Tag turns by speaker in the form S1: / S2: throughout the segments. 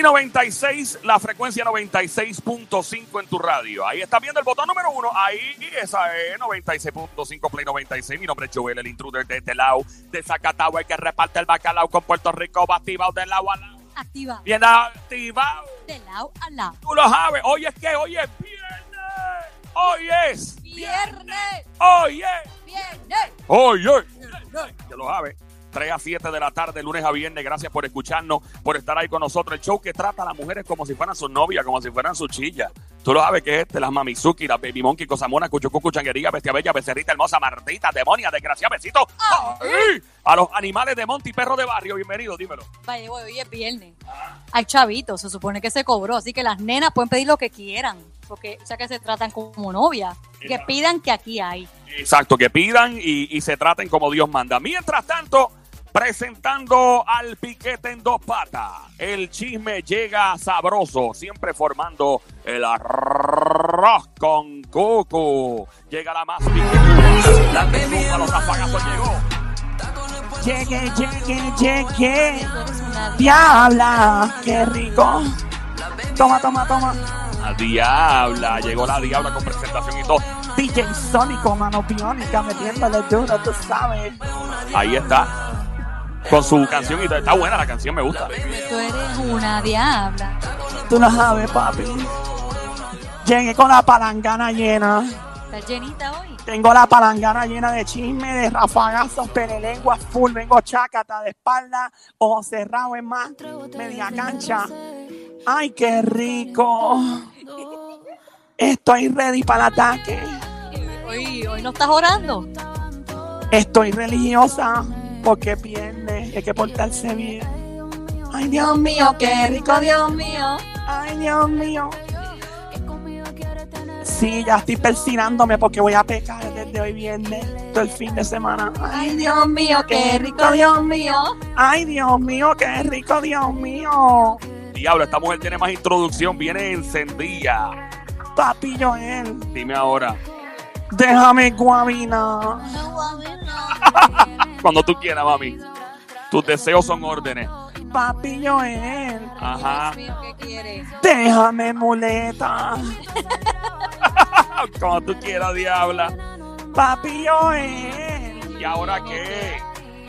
S1: 96, la frecuencia 96.5 en tu radio. Ahí estás viendo el botón número uno. Ahí esa es 96.5 Play 96. Mi nombre es Joel, el intruder de este lado, de Zacatau, el que reparte el bacalao con Puerto Rico, va activado del lado a lado.
S2: Activa.
S1: Bien activado.
S2: De lado a lado.
S1: Tú lo sabes. Hoy es que hoy es viernes. Hoy es.
S2: Viernes.
S1: Hoy es.
S2: Viernes.
S1: Hoy es. Ya lo sabes. 3 a 7 de la tarde, lunes a viernes. Gracias por escucharnos, por estar ahí con nosotros. El show que trata a las mujeres como si fueran sus novias, como si fueran sus chillas. Tú lo sabes que es este, las Mamizuki, las Baby Monkey, Cosamona, Cuchucucu, Changuería, Bestia Bella, Becerrita Hermosa, Martita, Demonia, Desgraciada, Besito. ¡Ay! A los animales de monte y perro de barrio, bienvenido, dímelo.
S2: Vaya, güey, hoy es viernes. Hay chavitos, se supone que se cobró, así que las nenas pueden pedir lo que quieran, porque o sea que se tratan como novias, que
S1: Exacto.
S2: pidan que aquí hay.
S1: Exacto, que pidan y, y se traten como Dios manda. Mientras tanto, presentando al piquete en dos patas, el chisme llega sabroso, siempre formando el arroz con cucu. Llega la más piquete. La que a los afagazos llegó.
S3: Llegué, llegué, llegué.
S2: Tú eres una di-
S3: Diabla, qué rico. Toma, toma, toma.
S1: La diabla, llegó la diabla con presentación y todo.
S3: DJ Sónico, mano biónica, metiéndole duro, tú sabes.
S1: Ahí está. Con su canción y todo. Está buena la canción, me gusta.
S2: Tú eres una diabla.
S3: Tú lo sabes, papi. Llegué con la palangana llena.
S2: ¿Estás llenita hoy?
S3: Tengo la palangana llena de chisme, de rafagazos, pelelenguas full. Vengo chácata de espalda, ojo cerrado, es más, media cancha. Ay, qué rico. Estoy ready para el ataque.
S2: Hoy, hoy no estás orando.
S3: Estoy religiosa porque viernes y hay que portarse bien. Ay, Dios mío, qué rico, Dios.
S2: mío.
S3: Ay, Dios mío. Sí, ya estoy persinándome porque voy a pecar desde hoy viernes, todo el fin de semana. Ay, Dios mío, qué rico, Dios.
S2: mío.
S3: Ay, Dios mío, qué rico, Dios mío.
S1: Diablo, esta mujer tiene más introducción, viene encendida.
S3: Papi Joel,
S1: Dime ahora.
S3: déjame guamina.
S1: Cuando tú quieras, mami. Tus deseos son órdenes.
S3: Papi Joel,
S1: Ajá.
S2: Dios mío, ¿qué quieres?
S3: déjame muleta.
S1: Cuando tú quieras, diabla.
S3: Papi Joel.
S1: ¿Y ahora qué?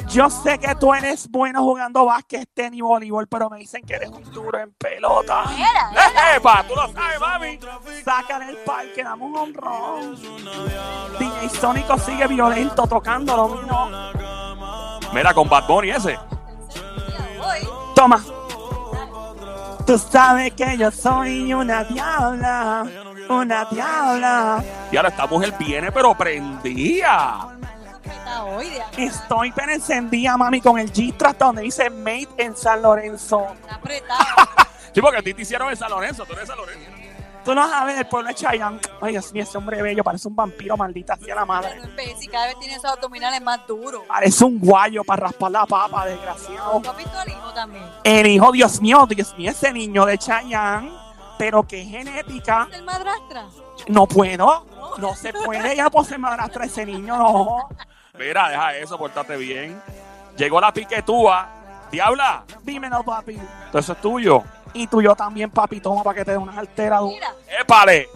S3: Yo sé que tú eres bueno jugando básquet, tenis, voleibol, pero me dicen que eres un duro en pelota.
S2: Era,
S1: ¡Epa! ¡Eh, ¡Tú lo sabes, mami!
S3: Saca el parque, dame un honrón. DJ Sónico sigue violento tocando lo mismo.
S1: Mira, con Bad Bunny ese.
S2: hoy.
S3: Toma. Tú sabes que yo soy una diabla, una diabla.
S1: Y ahora esta mujer viene, pero prendía.
S2: Está hoy, diabla.
S3: Estoy pero encendida, mami, con el G-Strat hasta donde dice Made en San Lorenzo.
S2: Está apretada.
S1: Sí, porque a ti te hicieron en San Lorenzo. Tú eres San Lorenzo.
S3: Tú no sabes del pueblo de Chayanne. Ay, Dios mío, ese hombre bello parece un vampiro, maldita sea la madre.
S2: Pero en vez, y cada vez tiene esos abdominales más duros.
S3: Parece un guayo para raspar la papa, desgraciado.
S2: ¿Tú has visto al hijo también?
S3: El hijo, Dios mío, Dios mío, ese niño de Chayanne. Pero qué genética.
S2: ¿Es el madrastra?
S3: No puedo. No se puede. Ya puedo ser madrastra ese niño, no.
S1: Mira, deja eso, pórtate bien. Llegó la piquetúa. Diabla,
S3: Dímelo, papi.
S1: todo eso es tuyo.
S3: Y tú yo también, papi. Toma para que te dé unas alteraduras.
S2: Mira,
S1: ¡Épale!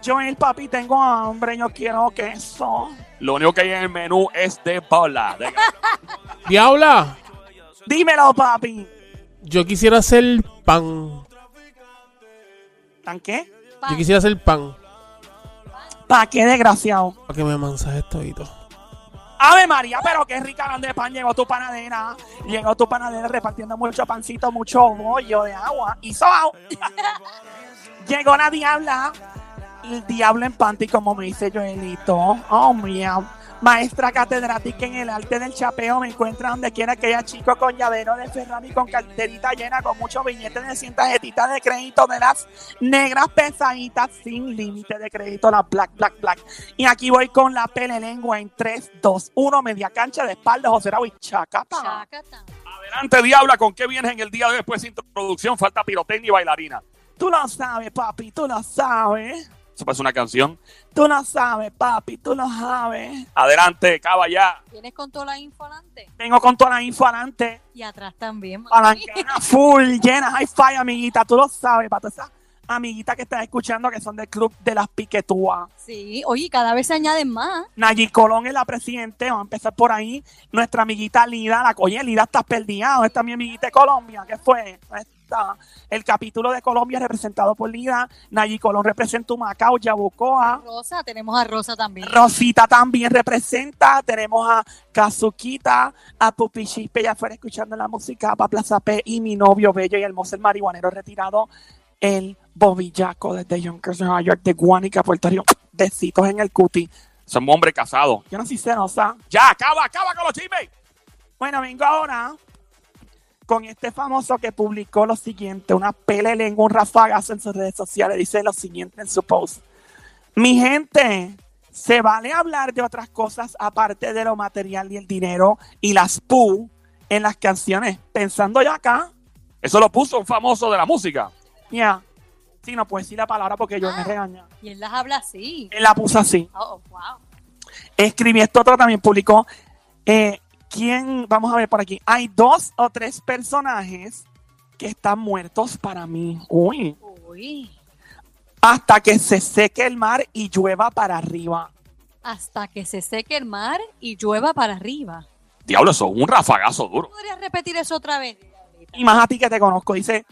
S3: Yo, el papi, tengo hambre. Yo quiero queso.
S1: Lo único que hay en el menú es de bola. De-
S4: Diabla,
S3: Dímelo, papi.
S4: yo quisiera hacer pan.
S3: ¿Tan qué?
S2: pan.
S4: Yo quisiera hacer pan.
S3: ¿Para qué, desgraciado?
S4: Para que me mansajes todito.
S3: Ave María, pero qué rica grande de pan llegó tu panadera. Llegó tu panadera repartiendo mucho pancito, mucho bollo de agua. Y sobao. llegó la diabla. El diablo en panty, como me dice Joelito. Oh, mía. Maestra catedrática en el arte del chapeo, me encuentra donde quiera que haya chico con llavero de Ferrari, con carterita llena, con muchos billetes de 100 tarjetitas de crédito de las negras pesaditas sin límite de crédito, las black, black, black. Y aquí voy con la pele lengua en 3, 2, 1, media cancha de espalda, José Raúl, chacata.
S2: Chácata.
S1: Adelante, Diabla, ¿con qué vienes en el día de hoy? Después de introducción, falta pirotecnia y bailarina.
S3: Tú lo sabes, papi, tú lo sabes.
S1: Eso parece una canción.
S3: Tú no sabes, papi, tú no sabes.
S1: Adelante, Cava, ya.
S2: Vienes con toda la info adelante
S3: Vengo con toda la info adelante.
S2: y atrás también. mami.
S3: Palancana full, llena, high five, amiguita. Tú lo sabes, para todas esas amiguitas que están escuchando que son del club de las piquetúas.
S2: Sí, oye, y cada vez se añaden más.
S3: Nayi Colón es la presidente, vamos a empezar por ahí. Nuestra amiguita Lida, la coña Lida está perdida. ¿Dónde está mi amiguita de Colombia? ¿Qué fue? ¿Dónde está? El capítulo de Colombia representado por Lida. Nayi Colón representa Macao, Yabucoa.
S2: Rosa, tenemos a Rosa también.
S3: Rosita también representa. Tenemos a Kazuquita, a Pupi Chispe, ya fuera escuchando la música, a Plaza P y mi novio bello y hermoso, el marihuanero retirado, el Bobillaco desde Yonkers, Nueva York, de Guanica, Puerto Rico. Besitos en el cuti.
S1: Somos hombres casados.
S3: Yo no soy celosa.
S1: Ya, acaba, acaba con los chismes.
S3: Bueno, vengo ahora con este famoso que publicó lo siguiente, una pelele en un rafagazo en sus redes sociales. Dice lo siguiente en su post. Mi gente, se vale hablar de otras cosas aparte de lo material y el dinero y las pu en las canciones. Pensando ya acá,
S1: Eso lo puso un famoso de la música.
S3: ya. Sí, no puedo decir la palabra porque yo me
S2: Ah.
S3: regaña.
S2: Y él las habla así.
S3: Él la puso así.
S2: Oh, oh, wow.
S3: escribí esto otro también publicó eh, quién vamos a ver por aquí hay dos o tres personajes que están muertos para mí uy
S2: Uy,
S3: hasta que se seque el mar y llueva para arriba
S2: hasta que se seque el mar y llueva para arriba.
S1: Diablo, eso es un rafagazo duro.
S2: ¿Podrías repetir eso otra vez?
S3: y más a ti que te conozco dice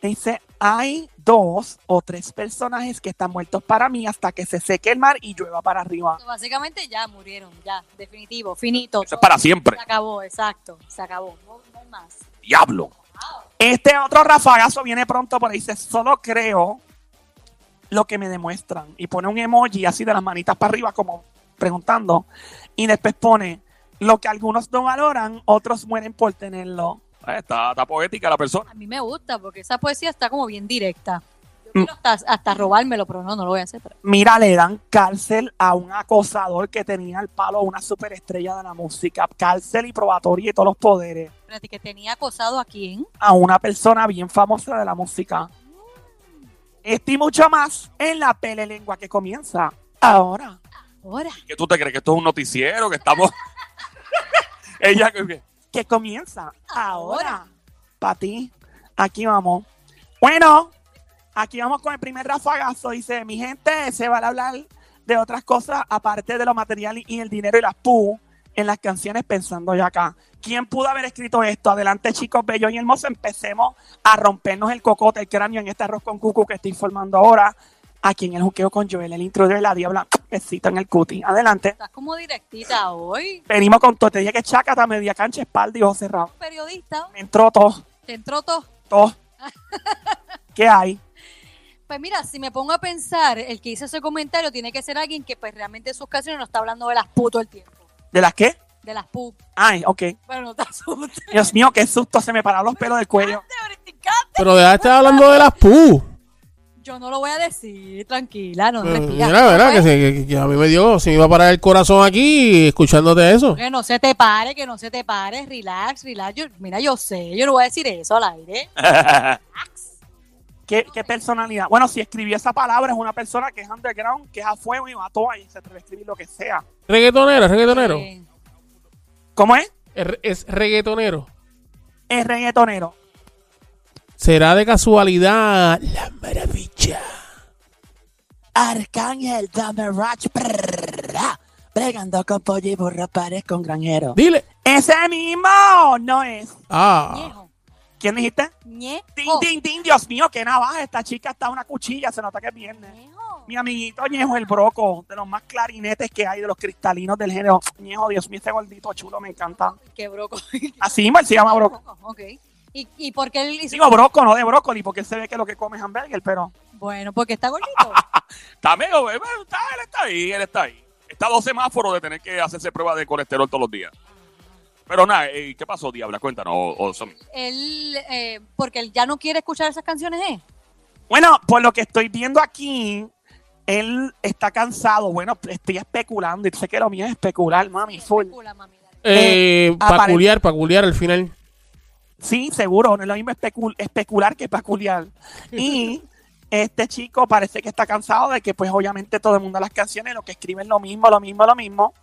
S3: dice hay dos o tres personajes que están muertos para mí hasta que se seque el mar y llueva para arriba
S2: Básicamente ya murieron, ya, definitivo, finito.
S1: Eso es
S2: todo.
S1: para siempre.
S2: Se acabó, exacto, se acabó. No, no hay más.
S1: Diablo.
S3: este otro rafagazo viene pronto por ahí dice solo creo lo que me demuestran. Y pone un emoji así de las manitas para arriba, como preguntando. Y después pone, lo que algunos no valoran, otros mueren por tenerlo.
S1: Eh, Está, está poética la persona.
S2: A mí me gusta porque esa poesía está como bien directa. Yo
S4: Mm.
S2: quiero hasta, hasta robármelo, pero no, no lo voy a hacer. pero-
S3: Mira, le dan cárcel a un acosador que tenía al palo a una superestrella de la música. Cárcel y probatoria y todos los poderes.
S2: Espérate, que tenía acosado a quién.
S3: A una persona bien famosa de la música. Este y mucho más en la pele lengua que comienza ahora.
S2: Ahora.
S1: ¿Qué tú te crees que esto es un noticiero? Que estamos. Ella que.
S3: que comienza ahora.
S2: Ahora.
S3: Para ti, aquí vamos. Bueno, aquí vamos con el primer rafagazo. Dice, mi gente, se va a hablar de otras cosas aparte de lo material y el dinero y las pu en las canciones pensando ya acá. ¿Quién pudo haber escrito esto? Adelante, chicos, bellos y hermosos. Empecemos a rompernos el cocote, el cráneo en este arroz con cucu que estoy formando ahora. Aquí en el juqueo con Joel, el intruder y la diabla. Besito en el cuti. Adelante.
S2: Estás como directita hoy.
S3: Venimos con todo. Te dije que chacata, media cancha, espalda y ojo cerrado.
S2: Periodista,
S3: Me entró todo.
S2: te entró todo.
S3: Todo. ¿Qué hay?
S2: Pues mira, si me pongo a pensar, el que hizo ese comentario tiene que ser alguien que pues realmente en sus canciones no está hablando de las pu todo el tiempo.
S3: ¿De las qué?
S2: De las pu.
S3: Ay, ok.
S2: Pero no te asustes.
S3: Dios mío, qué susto, se me pararon los pelos del cuello.
S2: brincaste.
S4: Pero deja de estar hablando de las pu.
S2: Yo no lo voy a decir, tranquila, no
S4: Pero,
S2: respira.
S4: Mira, mira, que,
S2: Pues,
S4: se- que- que a mí me dio, se me iba a parar el corazón aquí escuchándote eso.
S2: que no se te pare, que no se te pare, relax, relax. Yo- mira, yo sé, yo no voy a decir eso al aire.
S3: ¿Qué, qué personalidad? Bueno, si escribió esa palabra es una persona que es underground, que es a fuego y mató ahí, se atreve a escribir lo que sea.
S4: Reggaetonero, es reggaetonero.
S2: Eh,
S3: ¿Cómo es?
S4: Es, re- es reggaetonero.
S3: Es reggaetonero.
S4: Será de casualidad la maravilla.
S3: Arcángel Damerach, bregando con pollo y burro, pares con granjero.
S4: Dile.
S3: ¡Ese mismo! No es.
S4: Ah,
S2: Ñejo,
S3: ¿Quién dijiste?
S2: Ñejo,
S3: ¡Tin, tin, tin! Dios mío, qué navaja. Esta chica está una cuchilla, se nota que es viernes.
S2: Ñejo.
S3: Mi amiguito Ñejo el Broco, de los más clarinetes que hay, de los cristalinos del género. Ñejo, Dios mío, este gordito chulo me encanta.
S2: Qué broco.
S3: Así mismo él se llama Broco.
S2: ok. ¿Y, ¿Y por qué él hizo?
S3: Digo Broco, no de brócoli, porque él se ve que lo que come es hamburger, pero
S2: Bueno, porque está gordito.
S1: Está medio. eh, Está, él está ahí, él está ahí. Está a dos semáforos de tener que hacerse prueba de colesterol todos los días. Pero nada, eh, ¿qué pasó, Diabla? Cuéntanos. o- o son-
S2: él, eh, porque él ya no quiere escuchar esas canciones, ¿eh?
S3: Bueno, por lo que estoy viendo aquí, él está cansado. Bueno, estoy especulando y sé que lo mío es especular, mami, full.
S2: Especula, mami, dale.
S4: eh,
S3: Eh, aparente-
S4: peculiar, peculiar al final.
S3: Sí, seguro, no es lo mismo especul- especular que peculiar. Y Este chico parece que está cansado de que, pues, obviamente, todo el mundo las canciones, lo que escriben lo mismo, lo mismo, lo mismo.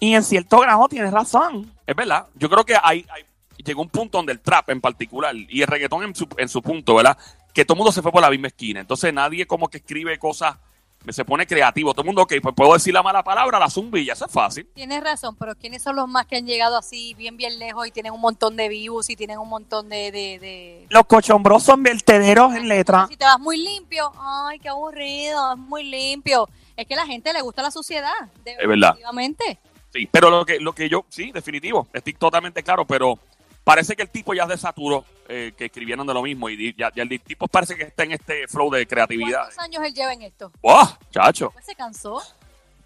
S3: Y en cierto grado tienes razón.
S1: Es verdad. Yo creo que hay, hay- llegó un punto donde el trap en particular y el reggaetón en su, en su punto, ¿verdad? Que todo el mundo se fue por la misma esquina. Entonces nadie como que escribe cosas, se pone creativo. Todo el mundo, ok, pues puedo decir la mala palabra, la zumbilla, eso es fácil.
S2: Tienes razón, pero ¿quiénes son los más que han llegado así bien, bien lejos y tienen un montón de vivos y tienen un montón de... de, de-
S3: Los cochombrosos son vertederos en letra.
S1: Ah.
S2: Si te vas muy limpio, ay, qué aburrido, es muy limpio. Es que a la gente le gusta la suciedad. de-
S1: Es verdad.
S2: definitivamente.
S1: Sí, pero lo que, lo que yo, sí, definitivo, estoy totalmente claro, pero parece que el tipo ya se saturó eh, que escribieron de lo mismo y di- ya, ya el tipo parece que está en este flow de creatividad.
S2: ¿Cuántos años él lleva en esto?
S1: ¡Wow! Chacho.
S2: Pues se cansó.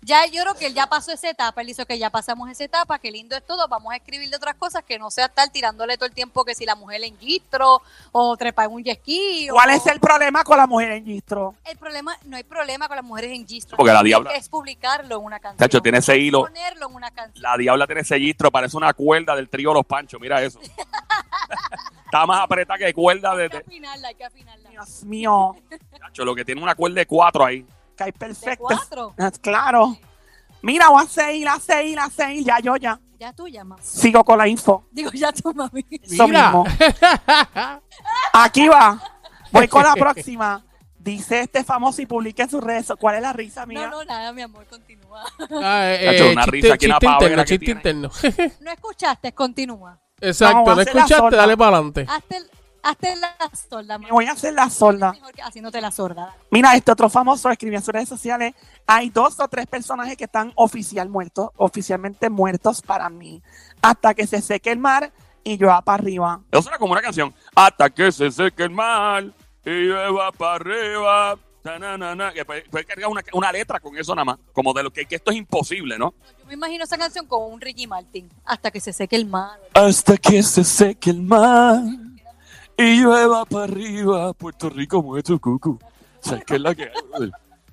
S2: Ya yo creo que él ya pasó esa etapa. Él hizo que ya pasamos esa etapa, que lindo es todo. Vamos a escribir de otras cosas que no sea estar tirándole todo el tiempo que si la mujer en gistro o trepa en un jet ski. o-
S3: ¿Cuál es el problema con la mujer en Gistro?
S2: El problema? No hay problema con las mujeres en gistro.
S1: Porque la diabla-
S2: Es publicarlo en una canción.
S1: Chacho, tiene ese hilo.
S2: Ponerlo en una canción.
S1: La diabla tiene ese gistro, parece una cuerda del trío Los Panchos, mira eso. Está más apretada que cuerda de,
S2: Hay que
S1: de-
S2: afinarla, hay que afinarla.
S3: Dios mío,
S1: Chacho, lo que tiene una cuerda de cuatro ahí.
S3: cae
S2: De
S3: perfecto.
S2: cuatro.
S3: Ah, Claro. Mira, voy a seguir, a seguir, a seguir. Ya yo ya.
S2: Ya tú llamas.
S3: Sigo con la info.
S2: Digo, ya tú, mami.
S3: Eso
S4: Mira.
S3: mismo. Aquí va. Voy con la próxima. Dice este famoso y publica en sus redes. so- ¿Cuál es la risa mía?
S2: No, no, nada, mi amor, continúa.
S4: Ah, eh,
S1: Chacho, una
S4: chiste-
S1: risa aquí, una
S4: chiste
S1: pavera
S4: interno,
S1: que
S4: chiste interno.
S2: No escuchaste, continúa.
S4: Exacto,
S3: Vamos a
S4: no
S3: hacer la
S4: escuchaste,
S3: sorda.
S4: dale para adelante.
S2: Hazte, el- hazte la sorda,
S3: Me
S2: mami.
S3: voy a hacer la sorda.
S2: Mejor que haciéndote la sorda.
S3: Mira, este otro famoso escribió en sus redes sociales. Hay dos o tres personajes que están oficial muertos, oficialmente muertos para mí. Hasta que se seque el mar y yo va para arriba.
S1: Eso suena como una canción. Hasta que se seque el mar y llueva para arriba. ta, na, na, na. Que puede, puede cargar una, una letra con eso nada más. Como de lo que, que esto es imposible, ¿no?
S2: Yo me imagino esa canción con un Ricky Martin. Hasta que se seque el mar.
S1: Hasta que se seque el mar y llueva para arriba. Puerto Rico mueve tu cucu. ¿Sabes qué es la que hay, brother?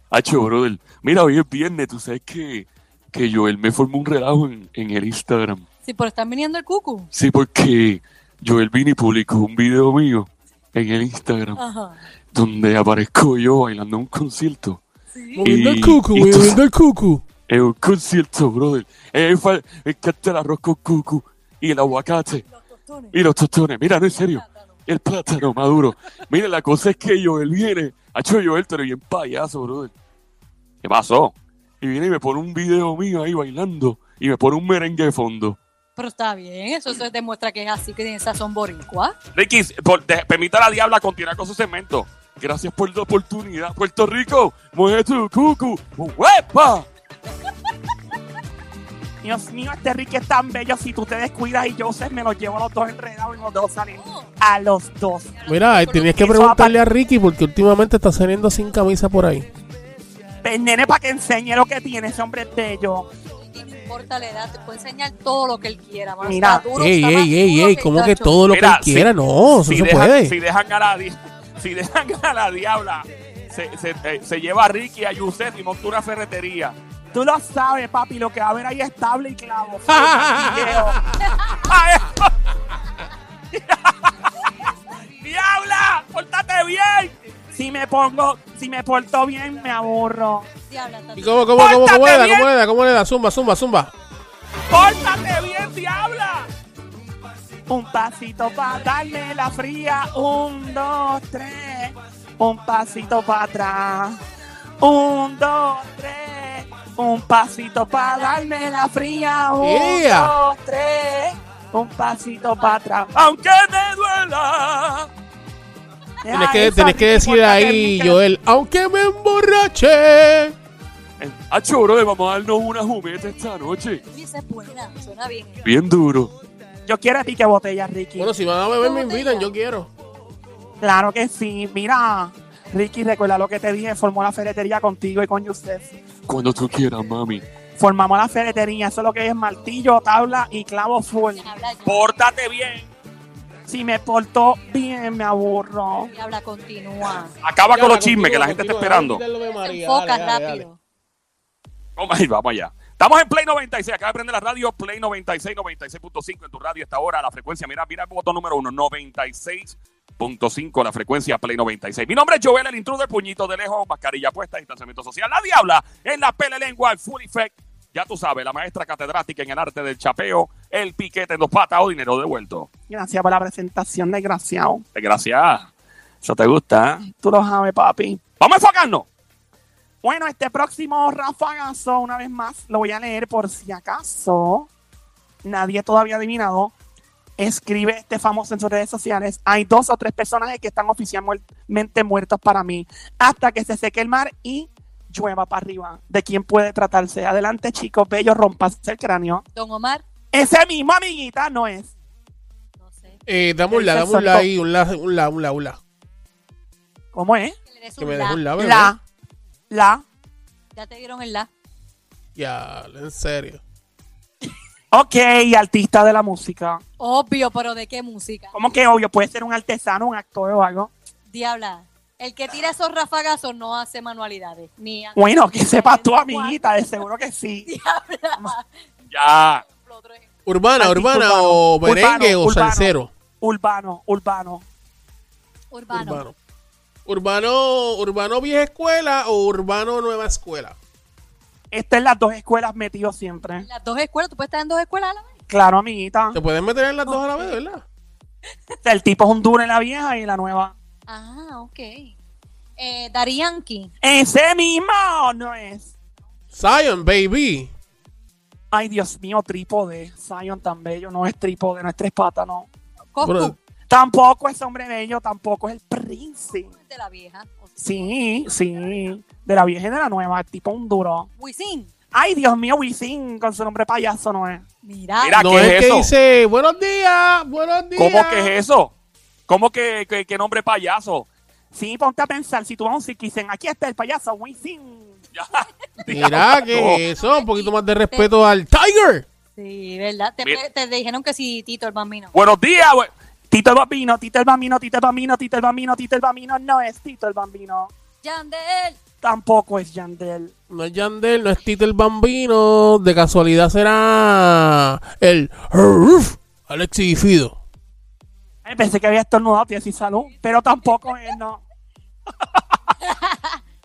S1: Hacho, brother. Mira, hoy es viernes. Tú sabes que, que Joel me formó un relajo en, en el Instagram.
S2: Sí, pero están viniendo el cucu.
S1: Sí, porque Joel Vini publicó un video mío en el Instagram
S2: Ajá.
S1: donde aparezco yo bailando un concierto.
S2: Sí.
S4: Moviendo el
S1: Y-
S4: cucu,
S1: y tú-
S4: moviendo el cucu.
S1: Es un concierto, brother. Es fa- es que hasta el arroz con cucu y el aguacate
S2: Los tostones.
S1: y los tostones. Mira, no, en serio. El plátano maduro. Mira, la cosa es que Joel viene. Ha hecho Joel, pero bien payaso, brother. ¿Qué pasó? Y viene y me pone un video mío ahí bailando. Y me pone un merengue de fondo.
S2: Pero está bien, eso se demuestra que es así, que tienen sazón boricua.
S1: Ricky, por- de- permita a la diabla continuar con su segmento. Gracias por la oportunidad. Puerto Rico, mueve tu cucu. ¡Huepa!
S3: Dios mío, este Ricky es tan bello. Si tú te descuidas y yo me los llevo a los dos enredados y los dos salen.
S2: Oh.
S3: A los dos.
S4: Mira, eh, tenías que
S3: Eso
S4: preguntarle a Ricky porque últimamente está saliendo sin camisa por ahí.
S3: Ven, Pues, nene, para que enseñe lo que tiene. Ese hombre es bello.
S2: Y no importa la edad, te puede enseñar todo lo que él quiera. mano.
S3: Mira.
S2: Está duro,
S4: Ey,
S2: está más
S4: ey, ey,
S2: duro
S4: ey, como que
S2: Tacho.
S4: todo lo que él
S1: Mira, si-
S4: quiera, no, eso
S1: si,
S4: se
S1: dejan, si
S4: puede.
S1: dejan a la di- si dejan a la diabla, se, se- eh, se lleva a Ricky, a Yusef y monta una ferretería.
S3: Tú lo sabes, papi. Lo que va a haber ahí es tabla y clavo. Video.
S1: ¡Diabla! ¡Pórtate bien!
S3: si me pongo, si me porto bien, me aburro.
S2: Diabla, está
S4: ¿Y cómo, cómo, cómo, cómo le da,
S3: Pórtate
S4: cómo le da, cómo le da? Zumba, zumba, zumba.
S3: Ah,
S1: ¡Pórtate bien, diabla!
S3: Un pasito para darle la fría. Un, dos, tres. Un pasito para atrás. Un, dos, tres. Un pasito para darme la fría. Un,
S4: Yeah.
S3: dos, tres. Un pasito para atrás.
S1: ¡Aunque me duela!
S4: Tienes que, tienes que decir ahí, Joel, aunque me emborrache.
S1: ¡Ah, choro! Vamos a darnos una jumeta esta noche.
S2: Oye, esa es buena, suena bien.
S1: Bien duro.
S3: Yo quiero a ti que botella, Ricky.
S4: Bueno, si van a beber, me invitan, yo quiero.
S3: Claro que sí. Mira, Ricky, recuerda lo que te dije. Formó la ferretería contigo y con Yusef.
S1: Cuando tú quieras, mami.
S3: Formamos la ferretería. Eso es lo que es martillo, tabla y clavo full.
S2: Habla ya.
S1: ¡Pórtate bien!
S3: Si me porto bien, me aburro.
S2: Diabla, continúa.
S1: Acaba
S4: Ya,
S1: con los chismes
S4: continúa,
S1: que la gente está
S4: continúa,
S1: esperando.
S4: dale, dale,
S2: Se
S4: María,
S2: enfoca
S4: dale, dale, dale.
S2: rápido.
S1: Vamos ahí, vamos allá. Estamos en Play 96, acaba de prender la radio, Play 96, 96.5 en tu radio a esta hora, la frecuencia, mira, mira el botón número uno, 96.5 96.5, la frecuencia Play 96. Mi nombre es Joel, el intruder, puñito de lejos, mascarilla puesta, distanciamiento social. La diabla en la pele lengua, el full effect. Ya tú sabes, la maestra catedrática en el arte del chapeo, el piquete en dos patas o dinero devuelto.
S3: Gracias por la presentación, desgraciado.
S1: Gracias. Eso te gusta, ¿eh?
S3: Tú lo sabes, papi.
S1: Vamos a enfocarnos.
S3: Bueno, este próximo rafagazo, una vez más, lo voy a leer por si acaso nadie todavía ha adivinado. Escribe este famoso en sus redes sociales. Hay dos o tres personajes que están oficialmente muertos para mí. Hasta que se seque el mar y llueva para arriba. ¿De quién puede tratarse? Adelante, chicos, bellos, rompas el cráneo.
S2: Don Omar,
S3: Ese mismo, amiguita, no es.
S2: no sé.
S4: Eh, dame un la, dame un la ahí, un la, un la, un la, un la.
S3: ¿Cómo es?
S2: Que le des
S4: Que
S2: un
S4: me
S2: la.
S4: des un la, bebé.
S3: La. La.
S2: Ya te dieron el la.
S4: Ya, en serio.
S3: Ok, artista de la música.
S2: Obvio, pero ¿de qué música?
S3: ¿Cómo que obvio? Puede ser un artesano, un actor o algo.
S2: Diabla. El que tira esos rafagazos no hace manualidades. Ni hace-
S3: Bueno, que sepas tú, amiguita, de seguro que sí.
S2: Diabla.
S1: Ya.
S2: Lo otro es-
S4: Urbana,
S3: Artista
S4: urbana
S3: urbano.
S4: o merengue
S3: Urbano,
S4: o
S3: urbano.
S4: salsero.
S3: Urbano, urbano.
S2: Urbano.
S4: Urbano. Urbano, urbano vieja escuela o urbano nueva escuela.
S3: Está en las dos escuelas metido siempre.
S2: Las dos escuelas, tú puedes estar en dos escuelas a la vez.
S3: Claro, amiguita.
S4: Te pueden meter en las dos a la vez, ¿verdad?
S3: El tipo es un duro en la vieja y en la nueva.
S2: Ah, ok. Eh, Darianki.
S3: Ese mismo no es.
S4: Zion, baby.
S3: Ay, Dios mío, trípode. Zion tan bello. No es trípode, no es tres patas, no.
S4: Bro,
S2: Coscu.
S3: Tampoco es hombre bello, tampoco es el príncipe.
S2: De la vieja. O sea,
S3: Sí, sí. De la vieja y de la nueva, el tipo un duro.
S2: Wisin.
S3: Ay, Dios mío, Wisin con su nombre payaso no es.
S2: Mira.
S1: Mira,
S4: no
S1: ¿qué
S4: es
S1: es
S4: que
S1: eso?
S4: dice, buenos días, buenos días.
S1: ¿Cómo que es eso? ¿Cómo que, que, que nombre payaso?
S3: Sí, ponte a pensar, si tú vas a un circo y dicen, aquí está el payaso Wisin.
S1: Ya.
S4: Mira que eso, un poquito más de respeto al Tiger.
S2: Sí, ¿verdad? Te,
S1: Mira.
S2: te dijeron que sí, Tito, el bambino.
S1: Buenos días, güey.
S3: Tito el Bambino, Tito el Bambino, Tito el Bambino, Tito el Bambino, Tito el Bambino, no es Tito el Bambino.
S2: Yandel.
S3: Tampoco es Yandel.
S4: No es Yandel, no es Tito el Bambino. De casualidad será el Ruf, Alexis y Fido.
S3: Ay, pensé que había estornudado, te iba a decir salud, pero tampoco es, no.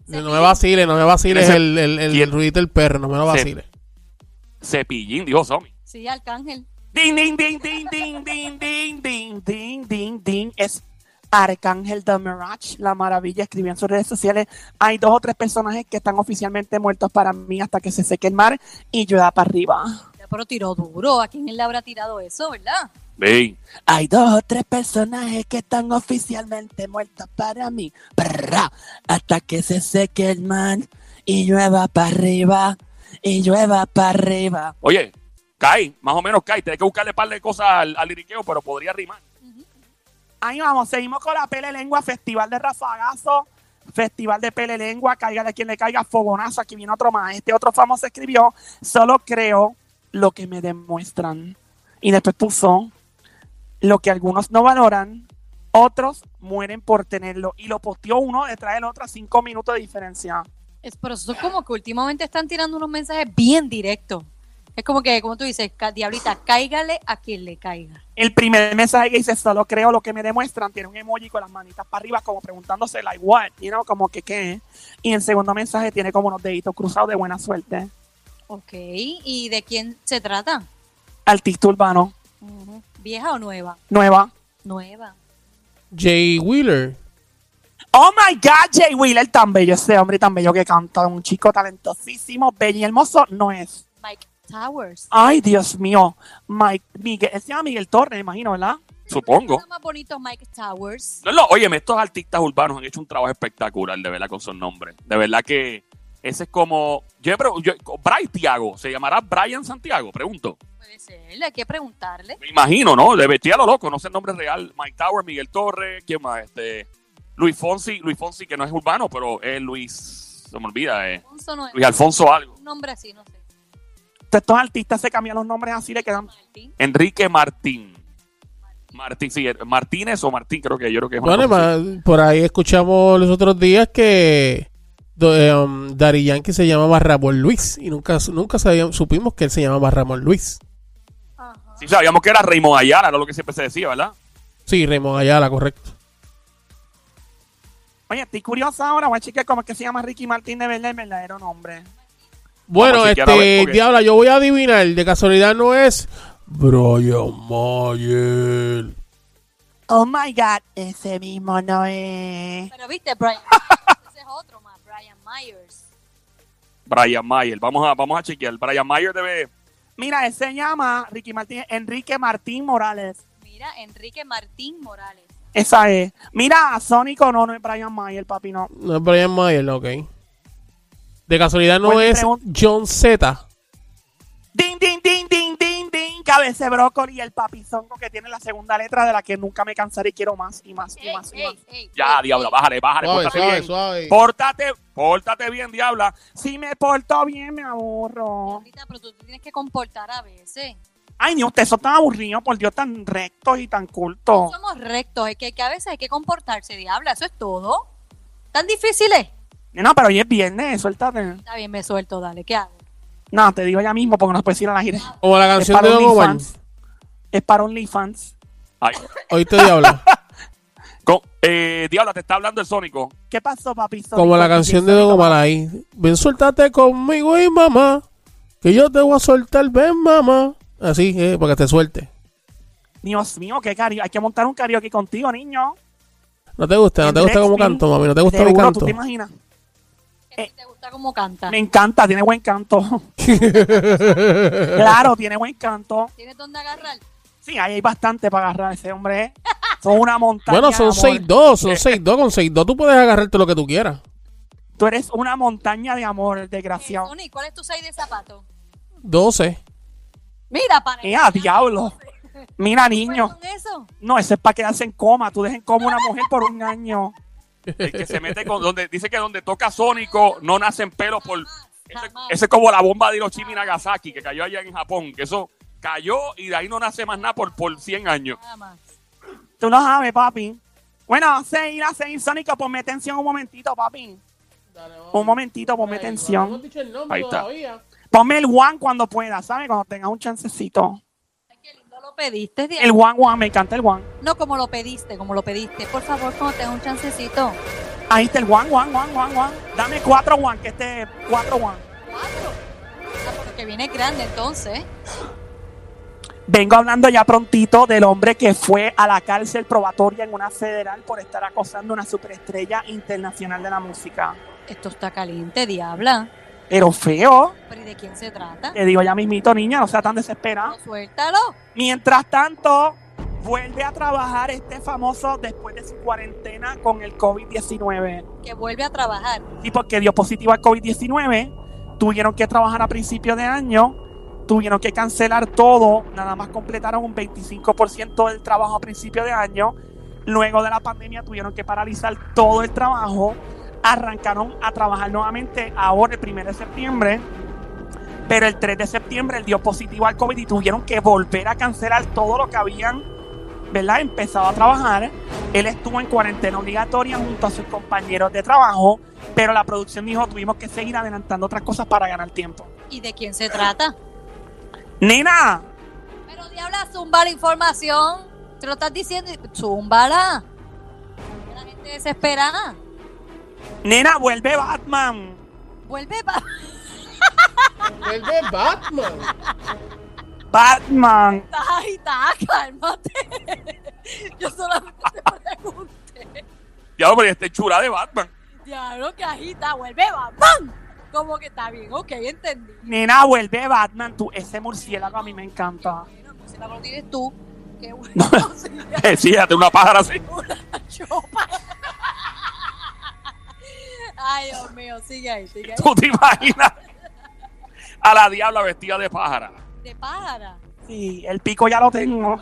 S4: No me vacile, no me vacile
S1: Ese-
S4: el, el, el,
S1: ¿Quién?
S4: ruidito del perro, no me lo
S1: Se-
S4: vacile.
S1: Cepillín, dijo Somi.
S2: Sí, Arcángel.
S3: Ding, ding, ding, ding, ding, ding, ding, ding, ding, ding, ding. Es Arcángel de Mirage, la maravilla. Escribió en sus redes sociales. Hay dos o tres personajes que están oficialmente muertos para mí hasta que se seque el mar y llueva para arriba.
S2: Ya, Pero tiró duro. ¿A quién le habrá tirado eso, verdad?
S1: Sí.
S3: Hay dos o tres personajes que están oficialmente muertos para mí. Prrra. hasta que se seque el mar y llueva para arriba. Y llueva para arriba.
S1: Oye, cae, más o menos cae. Tienes que buscarle un par de cosas al, al liriqueo, pero podría rimar.
S3: Ahí vamos, seguimos con la Pele Lengua, Festival de Rafagazo, Festival de Pele Lengua, caiga de quien le caiga, fogonazo, aquí viene otro más. Este otro famoso escribió, solo creo lo que me demuestran. Y después puso, lo que algunos no valoran, otros mueren por tenerlo. Y lo posteó uno detrás del otro a cinco minutos de diferencia.
S2: Es, pero eso es como que últimamente están tirando unos mensajes bien directos. Es como que, como tú dices, ca- diablita, cáigale a quien le caiga.
S3: El primer mensaje que dice, solo creo lo que me demuestran, tiene un emoji con las manitas para arriba, como preguntándose, like, what, you know, como que qué. Y el segundo mensaje tiene como unos deditos cruzados de buena suerte.
S2: Ok. ¿Y de quién se trata?
S3: artista urbano,
S2: Ujú. ¿Vieja o nueva?
S3: nueva.
S2: Nueva.
S4: Jay Wheeler.
S3: Oh my God, Jay Wheeler, tan bello ese hombre, tan bello que canta, un chico talentosísimo, bello y hermoso, no es.
S2: Mike Towers.
S3: Ay, Dios mío, Mike, Miguel, él se llama Miguel Torres, me imagino, ¿verdad?
S1: Supongo.
S2: Está más bonito Mike Towers.
S1: No, no, óyeme, estos artistas urbanos han hecho un trabajo espectacular, de verdad, con sus nombres. De verdad que ese es como. Yo, pero, yo, Brian Tiago, ¿se llamará Brian Santiago? Pregunto.
S2: Puede ser, hay que preguntarle.
S1: Me imagino, ¿no? Le vestía a lo loco, no sé el nombre real. Mike Tower, Miguel Torres, ¿quién más? Este, Luis Fonsi, Luis Fonsi, que no es urbano, pero es Luis. Se me olvida, eh.
S2: Alfonso no es
S1: Luis Alfonso algo.
S2: un nombre así, no sé.
S3: Entonces, estos artistas se cambian los nombres así, le quedan.
S2: Martín.
S1: Enrique Martín. Martín, sí, er, Martínez o Martín, creo que yo creo que es una
S4: Bueno,
S1: cosa así.
S4: ma- por ahí escuchamos los otros días que do- eh, um, Daddy Yankee se llamaba Ramón Luis y nunca, nunca sabíamos, supimos que él se llamaba Ramón Luis.
S2: Ajá.
S1: Sí, sabíamos que era Raymond Ayala, era lo que siempre se decía, ¿verdad?
S4: Sí, Raymond Ayala, correcto.
S3: Oye, estoy curiosa ahora, voy a chequear cómo es que se llama Ricky Martín de verdad el verdadero nombre.
S4: Bueno,
S1: Vamos a chequear, a ver,
S4: este,
S1: ok.
S4: Diabla, yo voy a adivinar. De casualidad no es Brian Mayer.
S3: Oh my God, ese mismo no es.
S2: Pero viste, Brian. ese es otro más, Brian Myers.
S1: Brian Mayer. Vamos a, vamos a chequear. Brian Mayer debe.
S3: Mira, él se llama Ricky Martín, Enrique Martín Morales.
S2: Mira, Enrique Martín Morales.
S3: Esa es. Mira, Sónico no, no es Brian Mayer, papi, no.
S4: No es Brian Mayer, ok. De casualidad no
S3: Buena
S4: es
S3: pregunta.
S4: John Z.
S3: Ding, ding, ding, ding, ding, ding. Cabece brócoli y el papizongo que tiene la segunda letra de la que nunca me cansaré y quiero más y más y
S2: Ey,
S3: más y
S2: ey,
S3: más.
S2: ey,
S1: Ya,
S2: ey,
S1: diabla, bájale,
S2: ey.
S1: bájale.
S4: Suave,
S1: pórtate
S4: suave,
S1: pues, bien.
S4: suave.
S1: Pórtate, pórtate bien, diabla.
S3: Si me porto bien, me aburro.
S2: Diablita, pero tú te tienes que comportar a veces.
S3: Ay, ni ustedes son tan aburridos, por Dios, tan rectos y tan cultos.
S2: Somos rectos, es que, que a veces hay que comportarse, diabla, eso es todo. ¿Tan difícil es?
S3: No, pero hoy es viernes, suéltate.
S2: Está bien, me suelto, dale, ¿qué hago?
S3: No, te digo ya mismo porque no puedes ir a la gira.
S4: Como la
S3: Es
S4: canción de
S3: para
S4: Don Omar.
S3: OnlyFans. Es para OnlyFans.
S1: Ay.
S4: Oíste, Diabla.
S1: Con- eh, diabla, te está hablando el Sónico.
S3: ¿Qué pasó, papi?
S4: Como la canción de Don Omar ahí. Ven, suéltate conmigo y mamá. Que yo te voy a soltar, ven, mamá. Así, eh, para que te suelte.
S3: Dios mío, qué karaoke. Hay que montar un karaoke contigo, niño.
S4: ¿No te gusta? ¿No te
S3: El
S4: gusta cómo
S3: Rexpin.
S4: canto, mami? ¿No te gusta mi
S3: Seguro,
S4: canto?
S3: ¿Tú te imaginas?
S2: ¿Qué
S3: Eh.
S2: te gusta cómo canta?
S3: Me encanta, tiene buen canto. claro, tiene buen canto.
S2: ¿Tienes dónde agarrar? Eh,
S3: Sí, ahí hay bastante para agarrar ese hombre. ¿eh? Son una montaña.
S4: Bueno,
S3: de
S4: son
S3: amor.
S4: 6-2, son 6-2. Con 6-2 tú puedes agarrarte lo que tú quieras.
S3: Tú eres una montaña de amor,
S2: Eh,
S3: desgraciado.
S2: Tony, ¿cuál es tu 6 de zapato?
S4: 12.
S2: Mira, para. pues,
S3: ¡Eh, a diablo! Mira, niño.
S2: ¿Con eso?
S3: No, eso es para quedarse en coma. Tú dejes en coma una mujer por un año.
S1: El que se mete con donde dice que donde toca Sónico no nacen pelos por
S2: Jamás,
S1: ese,
S2: jamás.
S1: ese es como la bomba de Hiroshima y Nagasaki que cayó allá en Japón, que eso cayó y de ahí no nace más nada por, por 100 años.
S2: Nada más.
S3: Tú lo sabes, papi. Bueno, seguir a seguir, Sónico, ponme tensión un momentito, papi. Un momentito, ponme tensión.
S1: Ahí está.
S3: Ponme el one cuando pueda, ¿sabes? Cuando tenga un chancecito.
S2: Ay, Qué lindo lo pediste,
S3: El
S2: diabla.
S3: one, one, me encanta el one.
S2: No como lo pediste, como lo pediste. Por favor, cuando tengas un chancecito.
S3: Ahí está el one, one, one, one, one. Dame cuatro one, que este cuatro one.
S2: Cuatro. Ah, pero que viene grande entonces.
S3: Vengo hablando ya prontito del hombre que fue a la cárcel probatoria en una federal por estar acosando a una superestrella internacional de la música.
S2: Esto está caliente, diabla.
S3: Pero feo.
S2: ¿Pero y de quién se trata?
S3: Te digo ya mismito, niña, no sea tan desesperada.
S2: No, suéltalo.
S3: Mientras tanto, vuelve a trabajar este famoso después de su cuarentena con el COVID-19.
S2: Que vuelve a trabajar.
S3: Y porque dio positivo al COVID-19, tuvieron que trabajar a principio de año, tuvieron que cancelar todo, nada más completaron un 25% del trabajo a principio de año. Luego de la pandemia tuvieron que paralizar todo el trabajo, arrancaron a trabajar nuevamente ahora el 1 de septiembre, pero el 3 de septiembre él dio positivo al COVID y tuvieron que volver a cancelar todo lo que habían ¿verdad? empezado a trabajar. Él estuvo en cuarentena obligatoria junto a sus compañeros de trabajo, pero la producción dijo tuvimos que seguir adelantando otras cosas para ganar tiempo.
S2: ¿Y de quién se trata?
S3: Nena,
S2: Pero diabla, zumba la información. Te lo estás diciendo. y- Zúmbala. La gente desesperada.
S3: nena, vuelve Batman.
S2: Vuelve pa-
S4: Vuelve Batman.
S3: Batman.
S2: Ay, está, cálmate. Yo solamente te pregunté.
S1: Diablo, pero este chula de Batman.
S2: Diablo, que agita. Vuelve, ¡Bam! Como que está bien, ok, entendí.
S3: Nena, vuelve Batman. Tú, ese murciélago a mí me encanta.
S2: Bueno, pues si la lo tienes tú. Qué bueno. sería
S1: Sí, hazte una pájara así.
S2: una chopa. Ay, Dios mío, sigue ahí, sigue ahí.
S1: ¿Tú te imaginas a la diabla vestida de pájara?
S2: De pájara.
S3: Sí, el pico ya lo tengo.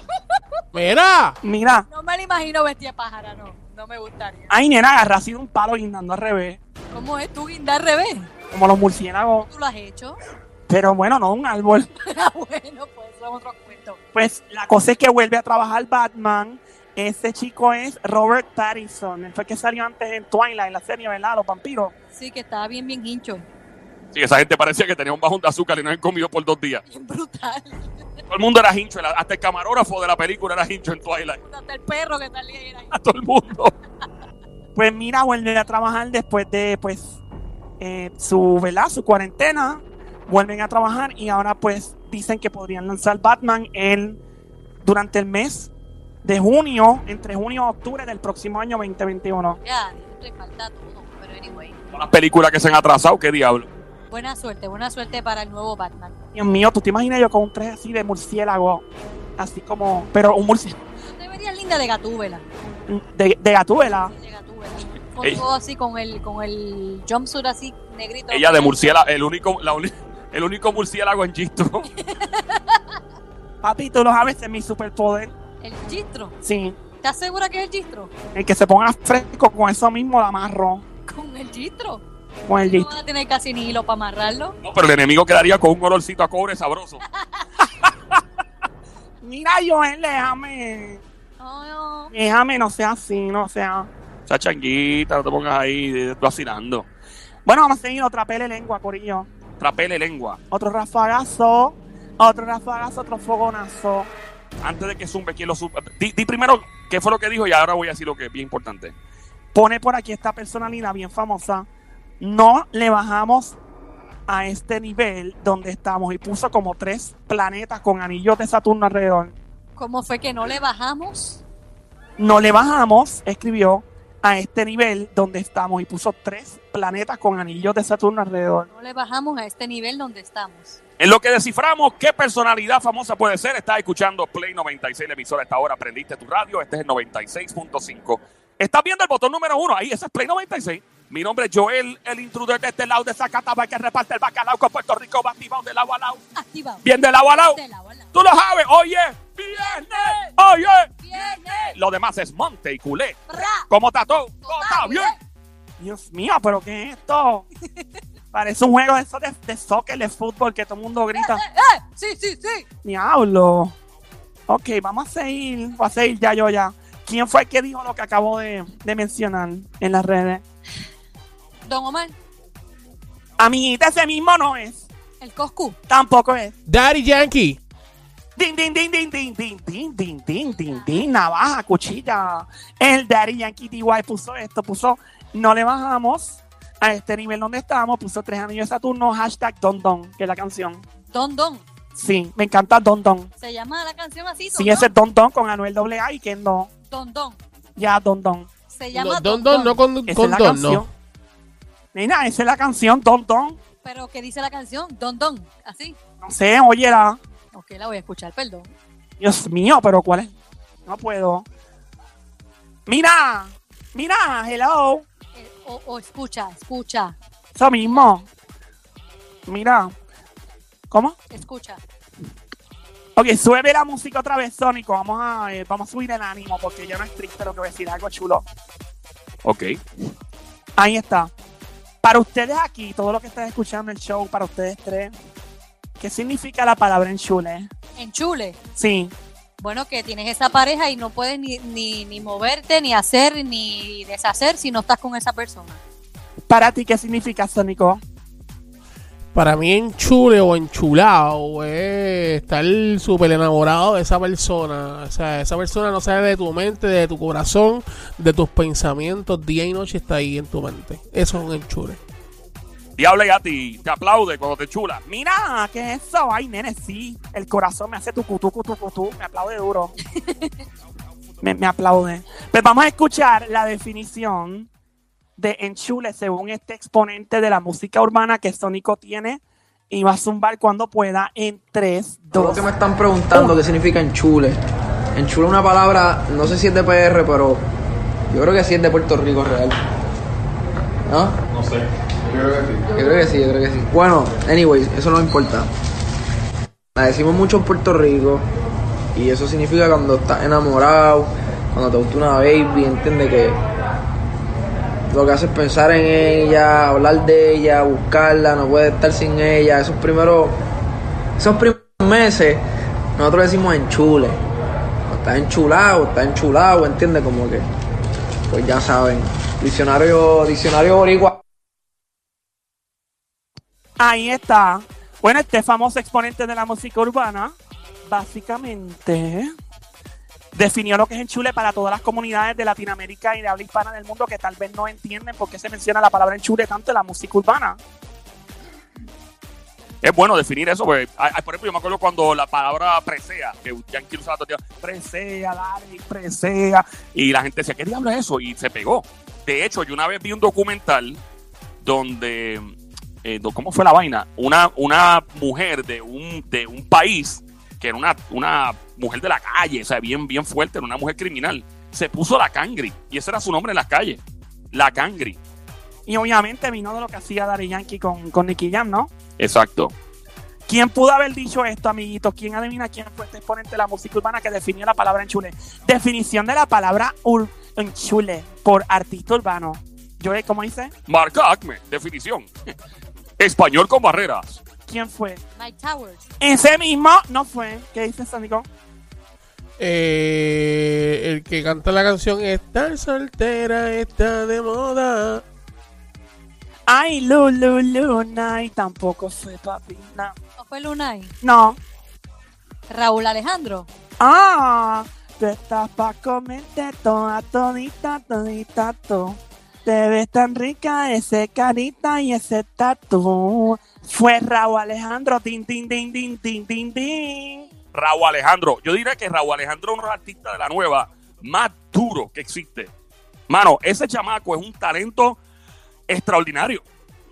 S4: Mira.
S3: Mira.
S2: No me la imagino vestida de pájara, no. No me gustaría.
S3: Ay, nena, agarra así de un palo guindando al revés.
S2: ¿Cómo es tu guinda al revés?
S3: Como los murciélagos.
S2: ¿Tú lo has hecho?
S3: Pero bueno, no un árbol.
S2: Ah, bueno, pues son otros cuentos.
S3: Pues la cosa es que vuelve a trabajar Batman. Ese chico es Robert Pattinson. Él fue el que salió antes en Twilight, la serie, ¿verdad? Los vampiros.
S2: Sí, que estaba bien, bien hincho.
S1: Sí, esa gente parecía que tenía un bajón de azúcar y no habían comido por dos días.
S2: Bien brutal.
S1: Todo el mundo era hincho, era- hasta el camarógrafo de la película era hincho en Twilight.
S2: Hasta el perro que salía ahí era hincho.
S1: A todo el mundo.
S3: Pues mira, vuelve a trabajar después de pues eh, su, ¿verdad? su cuarentena. Vuelven a trabajar y ahora pues dicen que podrían lanzar Batman el, durante el mes de junio, entre junio y octubre del próximo año 2021.
S2: Ya, le falta todo, pero anyway.
S1: Todas las películas que se han atrasado, qué diablo.
S2: Buena suerte, buena suerte para el nuevo Batman.
S3: Dios mío, ¿tú te imaginas yo con un traje así de murciélago? Así como, pero un murciélago
S2: Tú te verías linda de Gatúbela.
S3: de, de Gatúbela.
S2: De Gatúbela. Con
S1: Ah. Ey.
S2: todo así, con el, con el jumpsuit así negrito.
S1: Ella de murciélago, el único, la uni- el único murciélago en Gisto.
S3: Papi, tú lo sabes, ese es mi superpoder.
S2: El gistro.
S3: Sí,
S2: ¿Estás segura que es el gistro?
S3: el que se ponga fresco con eso mismo la amarro.
S2: Con el gistro.
S3: Con el
S2: No
S3: listo.
S2: van a tener casi ni hilo para amarrarlo.
S1: No, pero el enemigo quedaría con un olorcito a cobre sabroso.
S3: Mira, Joel, déjame.
S2: No, no.
S3: Déjame, no sea así, no sea.
S1: Esa changuita, no te pongas ahí eh, vacinando.
S3: Bueno, vamos a seguir otra pele lengua, Corillo.
S1: Trapele lengua.
S3: Otro rafagazo. Otro rafagazo, otro fogonazo.
S1: Antes de que zumbe, ¿quién lo supe? Di, di primero qué fue lo que dijo y ahora voy a decir lo que es bien importante.
S3: Pone por aquí esta personalidad bien famosa. No le bajamos a este nivel donde estamos. Y puso como tres planetas con anillos de Saturno alrededor.
S2: ¿Cómo fue que no le bajamos?
S3: No le bajamos, escribió, a este nivel donde estamos y puso tres planetas con anillos de Saturno alrededor.
S2: No le bajamos a este nivel donde estamos.
S1: En lo que desciframos qué personalidad famosa puede ser, estás escuchando Play 96, la emisora a esta hora, prendiste tu radio, este es el 96.5. Estás viendo el botón número uno, ahí, ese es Play 96. Mi nombre es Joel, el intruder de este lado de Zacataba que reparte el bacalao con Puerto Rico, va activado de lado a lado,
S2: Activado.
S1: bien de lado a lado.
S2: De lado a lado.
S1: Tú lo sabes, oye, viernes, oye.
S2: Viene.
S1: Lo demás es monte y culé.
S2: Bra.
S1: Como tató, todo está bien.
S3: Dios mío, pero ¿qué es esto? Parece un juego de, eso de, de soccer, de fútbol, que todo el mundo grita.
S2: Eh, sí, sí, sí.
S3: Diablo. Ok, vamos a seguir. Voy a seguir ya, yo ya. ¿Quién fue el que dijo lo que acabo de, de mencionar en las redes?
S2: Don Omar,
S3: Amiguita, ese mismo no es.
S2: el Coscu.
S3: Tampoco es.
S4: Daddy Yankee.
S3: Din, din, din, din, din, din, din, din, din, din, din, navaja, cuchilla. El Daddy Yankee DY puso esto, puso no le bajamos a este nivel donde estamos, puso tres anillos de Saturno, hashtag Don Don, que es la canción.
S2: Don Don.
S3: Sí, me encanta Don Don.
S2: Se llama la canción así.
S3: Sí, ese es Don Don con Anuel AA y que no.
S2: Don Don.
S3: Ya, Don Don.
S2: Se llama
S4: No, Don Don, no con,
S3: Esa
S4: con
S3: es la
S4: Don,
S3: canción.
S4: no.
S3: Nena, esa es la canción Don Don.
S2: Pero ¿qué dice la canción? Don Don. Así.
S3: No sé, óyela.
S2: Ok, la voy a escuchar, perdón.
S3: Dios mío, pero ¿cuál es? No puedo. Mira, mira, hello.
S2: Eh, o, o escucha, escucha,
S3: Eso mismo. Mira. ¿Cómo?
S2: escucha.
S3: Ok, sube la música otra vez, Sónico. Vamos a, eh, vamos a subir el ánimo porque ya no es triste lo que voy a decir, algo chulo.
S1: Ok.
S3: Ahí está. Para ustedes aquí, todo lo que están escuchando el show, para ustedes tres, ¿qué significa la palabra enchule?
S2: Enchule.
S3: Sí,
S2: Bueno, que tienes esa pareja y no puedes ni, ni, ni moverte, ni hacer, ni deshacer si no estás con esa persona.
S3: para ti, ¿qué significa, Sónico?
S4: Para mí, enchule o enchulado es estar súper enamorado de esa persona. O sea, esa persona no sale de tu mente, de tu corazón, de tus pensamientos. Día y noche está ahí en tu mente. Eso es un enchule.
S1: Diablo y a ti, te aplaude cuando te chula.
S3: Mira, ¿qué es eso? Ay, nene, sí. El corazón me hace tu tu me aplaude duro. me, me aplaude. Pues vamos a escuchar la definición de enchule según este exponente de la música urbana que Sónico tiene y va a zumbar cuando pueda en 3,
S5: Todo lo
S3: 2.
S5: que me están preguntando qué significa enchule. Enchule es una palabra, no sé si es de PR, pero yo creo que sí es de Puerto Rico real. ¿No? No sé. Yo creo que sí. Yo creo que sí, yo creo que sí. Bueno, anyways, eso no importa. La decimos mucho en Puerto Rico y eso significa cuando estás enamorado, cuando te gusta una baby, entiende que lo que hace es pensar en ella, hablar de ella, buscarla, no puedes estar sin ella. Esos primeros esos primeros meses, nosotros decimos enchule. O está enchulado, o está enchulado, ¿entiendes? Como que, pues ya saben. Diccionario, diccionario boricua.
S3: Ahí está. Bueno, este famoso exponente de la música urbana, básicamente definió lo que es enchule para todas las comunidades de Latinoamérica y de habla hispana del mundo que tal vez no entienden por qué se menciona la palabra enchule tanto en la música urbana.
S1: Es bueno definir eso, porque, ay, ay, por ejemplo, yo me acuerdo cuando la palabra presea, que Yankee usaba todo el día, presea, dale, presea, y la gente decía, ¿qué diablo es eso? Y se pegó. De hecho, yo una vez vi un documental donde, eh, do- ¿cómo fue la vaina? Una, una mujer de un, de un país, que era una, una mujer de la calle, o sea, bien, bien fuerte, era una mujer criminal, se puso la cangri, y ese era su nombre en las calles, la cangri.
S3: Y obviamente vino de lo que hacía Daddy Yankee con, con Nicky Jam, ¿no?
S1: Exacto.
S3: ¿Quién pudo haber dicho esto, amiguitos? ¿Quién adivina quién fue este exponente de la música urbana que definió la palabra enchule? Definición de la palabra ur- enchule por artista urbano. Yo, ¿cómo dice?
S1: Marca Acme, definición. Español con barreras.
S3: ¿Quién fue?
S2: Mike Towers.
S3: Ese mismo no fue. ¿Qué dice Sanico?
S4: Eh, el que canta la canción Estar soltera está de moda.
S3: Ay, Lulu Luna. Y tampoco fue, papi. No.
S2: ¿No fue Lunay?
S3: no.
S2: Raúl Alejandro.
S3: Ah, tú estás pa' comerte toda, todita, todita, tú. Te ves tan rica ese carita y ese tatu. Fue Raúl Alejandro, tin, tin, tin, tin, tin, tin, tin.
S1: Raúl Alejandro. Yo diría que Raúl Alejandro es uno de los artistas de la nueva más duro que existe. Mano, ese chamaco es un talento extraordinario.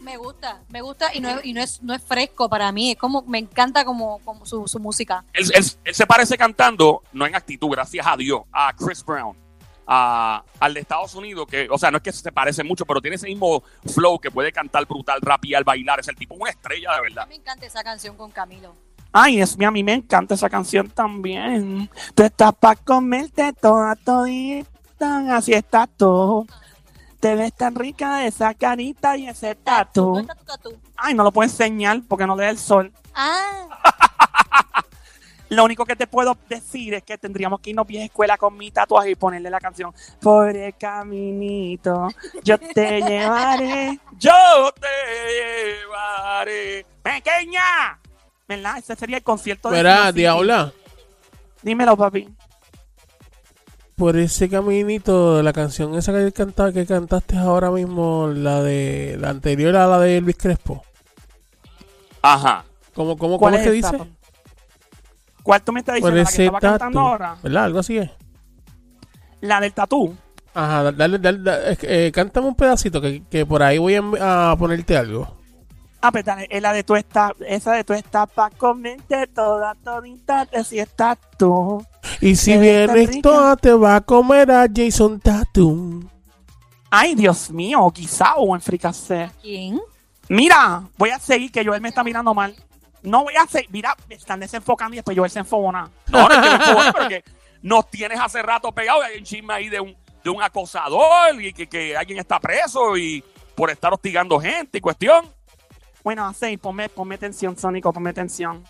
S2: Me gusta, me gusta y no es, y no es, no es fresco para mí. Es como, me encanta como, como su, su música.
S1: Él, él- él se parece cantando, no en actitud, gracias a Dios, a Chris Brown, a- al de Estados Unidos, que, o sea, no es que se parece mucho, pero tiene ese mismo flow que puede cantar brutal, rapear, bailar. Es el tipo es una estrella de verdad.
S2: Me encanta esa canción con Camilo.
S3: Ay, Dios mío, a mí me encanta esa canción también. Tú estás pa' comerte toda, todita, así estás tú. Te ves tan rica esa carita y ese
S2: ¿Dónde
S3: tatu.
S2: está tu tatu?
S3: Ay, no lo puedo enseñar porque no le da el sol.
S2: Ah,
S3: Lo único que te puedo decir es que tendríamos que irnos vieja escuela con mi tatuaje y ponerle la canción Pobre caminito, yo te llevaré,
S1: Yo te llevaré.
S3: pequeña. ¿Verdad? Ese sería el concierto de.
S4: Verá,
S3: Snoop City.
S4: Diabla.
S3: Dímelo, papi.
S4: Por ese caminito, la canción esa que, canta- que cantaste ahora mismo, la de la anterior a la de Luis Crespo.
S1: Ajá.
S4: ¿Cómo, cómo,
S3: ¿Cuál
S4: cómo es que
S3: esa,
S4: dice?
S3: papi? ¿Cuál tú me estás
S4: Por
S3: diciendo? La que
S4: ese
S3: estaba
S4: tatu.
S3: cantando ahora.
S4: ¿Verdad? Algo así es.
S3: La del tatú.
S4: Ajá, dale, dale, dale, eh, cántame un pedacito que, que por ahí voy a, a ponerte algo.
S3: Ah, pero dale, es la de tú estás, esa de tú estás pa' comerte toda, todita, si estás tú.
S4: Y si
S3: Te ves tan
S4: vienes
S3: rica.
S4: toda, te va a comer a Jason Tatum.
S3: Ay, Dios mío, quizá o en fricase.
S2: ¿quién?
S3: Mira, voy a seguir que Joel me está mirando mal. No voy a seguir. Mira, me están desenfocando y después Joel se enfogona.
S1: No, no es que me empujó, pero que nos tienes hace rato pegado. Hay un chisme ahí de un, de un acosador y que, que alguien está preso y por estar hostigando gente y cuestión.
S3: Bueno, a seguir, ponme, ponme tensión, Sónico, ponme tensión.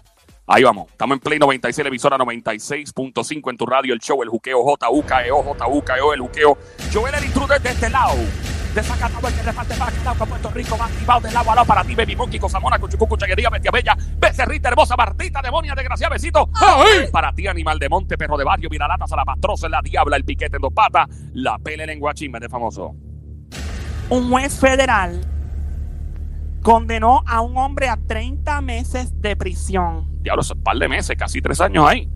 S1: Ahí vamos. Estamos en Play 96, la emisora 96.5 en tu radio, el show, el juqueo, J-U-K-E-O, J-U-K-E-O, E el juqueo. Yo era el intruder de este lado. Desacatado el que reparte para acá, para Puerto Rico, más activado del agua, para ti, baby monkey, cosamona, cuchucucu, chaguería, bestia bella, becerrita hermosa, martita, demonia, desgraciada, besito. ¡Ay! Para ti, animal de monte, perro de barrio, viralata, salapastrosa, la diabla, el piquete en dos patas, la pele lengua chisme de famoso.
S3: Un juez federal condenó a un hombre a 30 meses de prisión
S1: Diablo, eso es un par de meses, casi tres años ahí.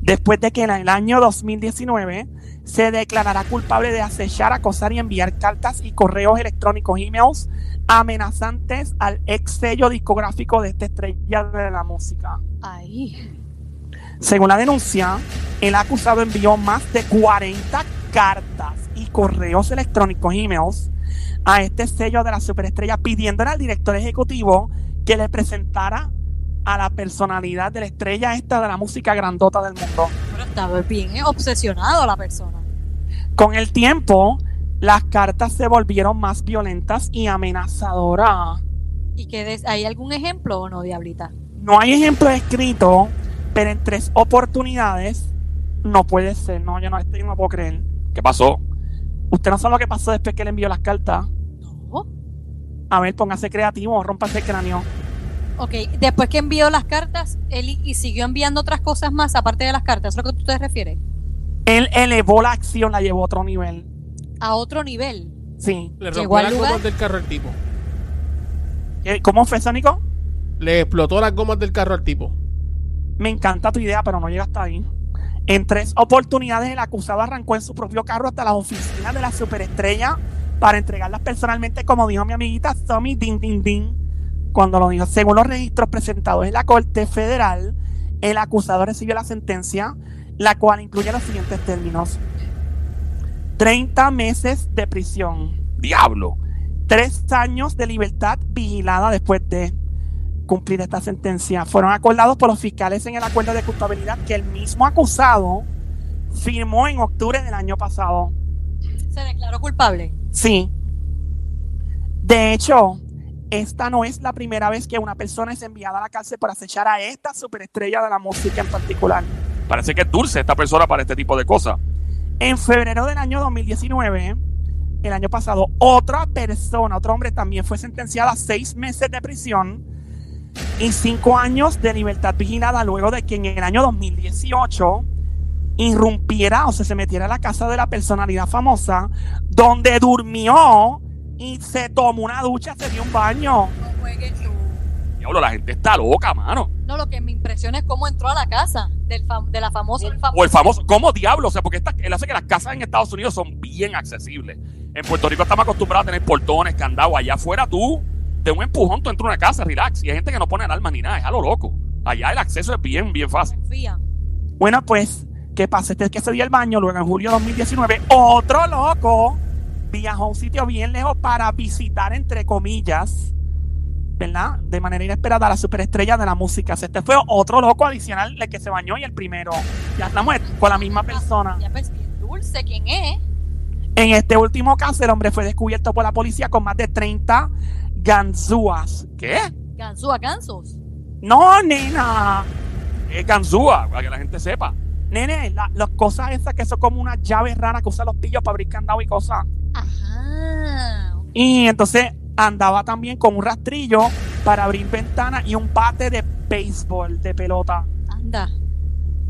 S3: después de que en el año 2019 se declarará culpable de acechar, acosar y enviar cartas y correos electrónicos, emails amenazantes al ex sello discográfico de esta estrella de la música.
S2: Ahí.
S3: Según la denuncia, el acusado envió más de 40 cartas y correos electrónicos, emails, a este sello de la superestrella pidiéndole al director ejecutivo que le presentara a la personalidad de la estrella esta de la música grandota del mundo.
S2: Pero estaba bien obsesionado la persona.
S3: Con el tiempo, las cartas se volvieron más violentas y amenazadoras.
S2: ¿Y que des- hay algún ejemplo o no, Diablita?
S3: No hay ejemplo escrito, pero en tres oportunidades no puede ser. No, yo no, esto yo no puedo creer.
S1: ¿Qué pasó?
S3: Usted no sabe lo que pasó después que le envió las cartas.
S2: No.
S3: A ver, póngase creativo, rómpase el cráneo.
S2: Ok, después que envió las cartas, él y- y siguió enviando otras cosas más aparte de las cartas, ¿es a lo que tú te refieres?
S3: Él elevó la acción, la llevó a otro nivel.
S2: a otro nivel.
S3: Sí.
S4: Le
S2: Llegó
S4: rompió
S2: al
S4: las
S2: lugar.
S4: gomas del carro al tipo.
S3: Eh, ¿Cómo fue, Sónico?
S4: Le explotó las gomas del carro al tipo.
S3: Me encanta tu idea, pero no llega hasta ahí. En tres oportunidades, el acusado arrancó en su propio carro hasta las oficinas de la superestrella para entregarlas personalmente, como dijo mi amiguita Somi Din Din Din. Cuando lo dijo, según los registros presentados en la Corte Federal, el acusado recibió la sentencia, la cual incluye los siguientes términos: 30 meses de prisión.
S1: Diablo.
S3: tres años de libertad vigilada después de cumplir esta sentencia. Fueron acordados por los fiscales en el acuerdo de culpabilidad que el mismo acusado firmó en octubre del año pasado.
S2: Se declaró culpable.
S3: Sí. De hecho, esta no es la primera vez que una persona es enviada a la cárcel por acechar a esta superestrella de la música en particular.
S1: Parece que es dulce esta persona para este tipo de cosas.
S3: En febrero del año 2019, el año pasado, otra persona, otro hombre también fue sentenciada a seis meses de prisión y cinco años de libertad vigilada luego de que en el año 2018 irrumpiera o sea, se metiera a la casa de la personalidad famosa donde durmió y se tomó una ducha, se dio un baño.
S2: No juegues tú.
S1: Diablo, la gente está loca, mano.
S2: No, lo que me impresiona es cómo entró a la casa del fam- de la famosa. el
S1: O el
S2: famoso.
S1: famoso, ¿cómo diablo? O sea, porque esta- él hace que las casas en Estados Unidos son bien accesibles. En Puerto Rico estamos acostumbrados a tener portones, candados. Allá afuera tú, de un empujón, tú entras a una casa, relax. Y hay gente que no pone alarmas ni nada, es a lo loco. Allá el acceso es bien, bien fácil.
S2: Confían.
S3: Bueno, pues, ¿qué pasa? Este es que se dio el baño, luego en julio de 2019, otro loco viajó a un sitio bien lejos para visitar, entre comillas, ¿verdad? De manera inesperada a la superestrella de la música. O sea, Este fue otro loco adicional, el que se bañó y el primero. Ya estamos con la misma persona.
S2: Ya ves, bien dulce, ¿quién es?
S3: En este último caso, el hombre fue descubierto por la policía con más de 30 ganzúas.
S1: ¿Qué?
S2: Ganzúa, gansos.
S3: No, nena.
S1: Es ganzúa, para que la gente sepa.
S3: Nene, la- las cosas esas que son como unas llaves raras que usan los pillos para abrir candado y cosas.
S2: Ajá.
S3: Y entonces andaba también con un rastrillo para abrir ventanas y un bate de béisbol, de pelota.
S2: Anda.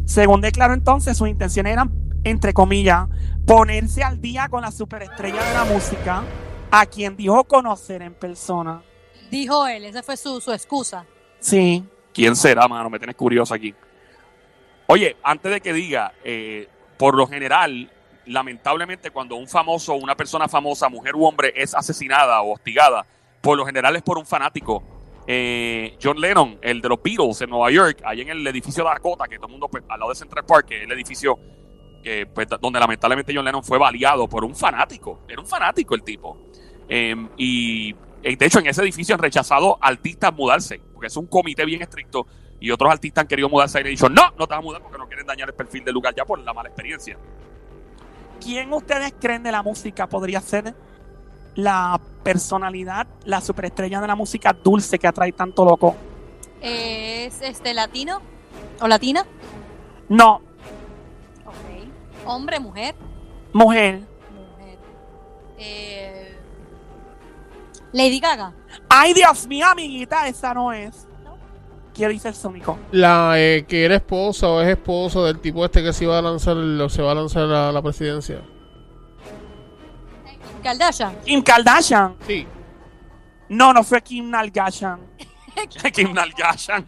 S3: Según declaró entonces, sus intenciones eran, entre comillas, ponerse al día con la superestrella de la música, a quien dijo conocer en persona.
S2: Dijo él, esa fue su, su excusa.
S3: Sí.
S1: ¿Quién será, mano? Me tienes curioso aquí. Oye, antes de que diga, eh, por lo general, lamentablemente cuando un famoso, una persona famosa, mujer u hombre, es asesinada o hostigada, por lo general es por un fanático. Eh, John Lennon, el de los Beatles en Nueva York, ahí en el edificio Dakota, que todo el mundo, pues, al lado de Central Park, que es el edificio que, pues, donde lamentablemente John Lennon fue baleado por un fanático. Era un fanático el tipo. Eh, y eh, de hecho, en ese edificio han rechazado artistas mudarse, porque es un comité bien estricto. Y otros artistas han querido mudarse y le han dicho: No, no te vas a mudar porque no quieren dañar el perfil del lugar ya por la mala experiencia.
S3: ¿Quién ustedes creen de la música podría ser la personalidad, la superestrella de la música dulce que atrae tanto loco?
S2: ¿Es este latino o latina?
S3: No,
S2: Ok. Hombre, mujer.
S3: mujer.
S2: Mujer. Eh, Lady Gaga.
S3: Ay, Dios mío, amiguita, esa no es. ¿Qué dice el Sónico?
S4: La eh, que era esposa o es esposo del tipo este que se iba a lanzar, o se va a lanzar a la presidencia.
S2: Kardashian.
S3: Kim Kardashian.
S4: Sí.
S3: No, no fue Kim Kardashian.
S1: Kim Kardashian.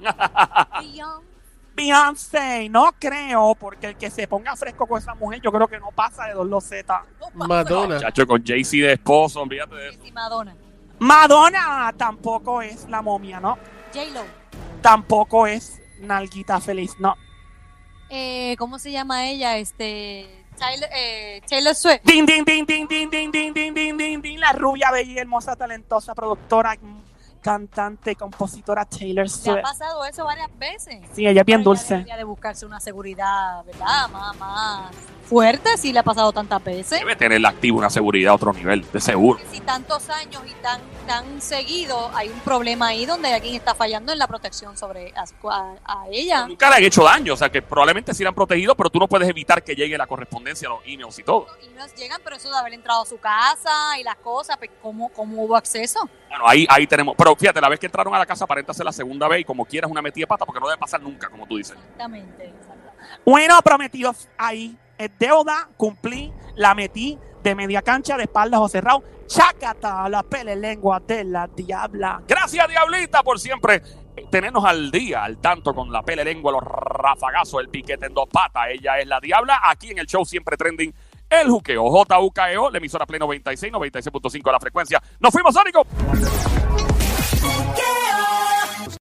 S3: Beyoncé, no creo, porque el que se ponga fresco con esa mujer, yo creo que no pasa de dos losetas.
S4: Madonna.
S1: Chacho, con Jay-Z de esposo, olvídate de eso.
S2: Sí, Madonna.
S3: Madonna tampoco es la momia, ¿no?
S2: J-Lo.
S3: Tampoco es Nalguita Feliz, no.
S2: Eh, ¿Cómo se llama ella? Este. Taylor, eh, Taylor Swift.
S3: Din, din, din, din, din, din, din, din, din, din, din, la rubia, bella y hermosa, talentosa, productora, mm, cantante, compositora Taylor
S2: Le ha
S3: Swift.
S2: pasado eso varias veces.
S3: Sí, ella es bien
S2: Pero ella
S3: dulce.
S2: debería de buscarse una seguridad, ¿verdad? Más, más fuerte si le ha pasado tantas veces.
S1: Debe tener activo una seguridad a otro nivel, de seguro.
S2: Porque Si tantos años y tan, tan seguido hay un problema ahí donde alguien está fallando en la protección sobre a, a- a ella.
S1: Nunca le han hecho daño, o sea que probablemente sí la han protegido, pero tú no puedes evitar que llegue la correspondencia, los emails y todo.
S2: Y nos llegan, pero eso de haber entrado a su casa y las cosas, pues, ¿cómo, cómo hubo acceso?
S1: Bueno, ahí, ahí tenemos. Pero fíjate, la vez que entraron a la casa aparenta ser la segunda vez y como quieras una metida de pata porque no debe pasar nunca, como tú dices.
S2: Exactamente. exactamente.
S3: Bueno, prometidos ahí. es deuda, cumplí, la metí de media cancha, de espaldas o cerrado. Chácata, la pele lengua de la diabla.
S1: Gracias, Diablita, por siempre tenernos al día, al tanto con la pele lengua, los rafagazos, el piquete en dos patas. Ella es la diabla. Aquí en el show siempre trending el E juqueo. JUKEO, la emisora Play 96, 96.5 de la frecuencia. Nos fuimos, Sónico.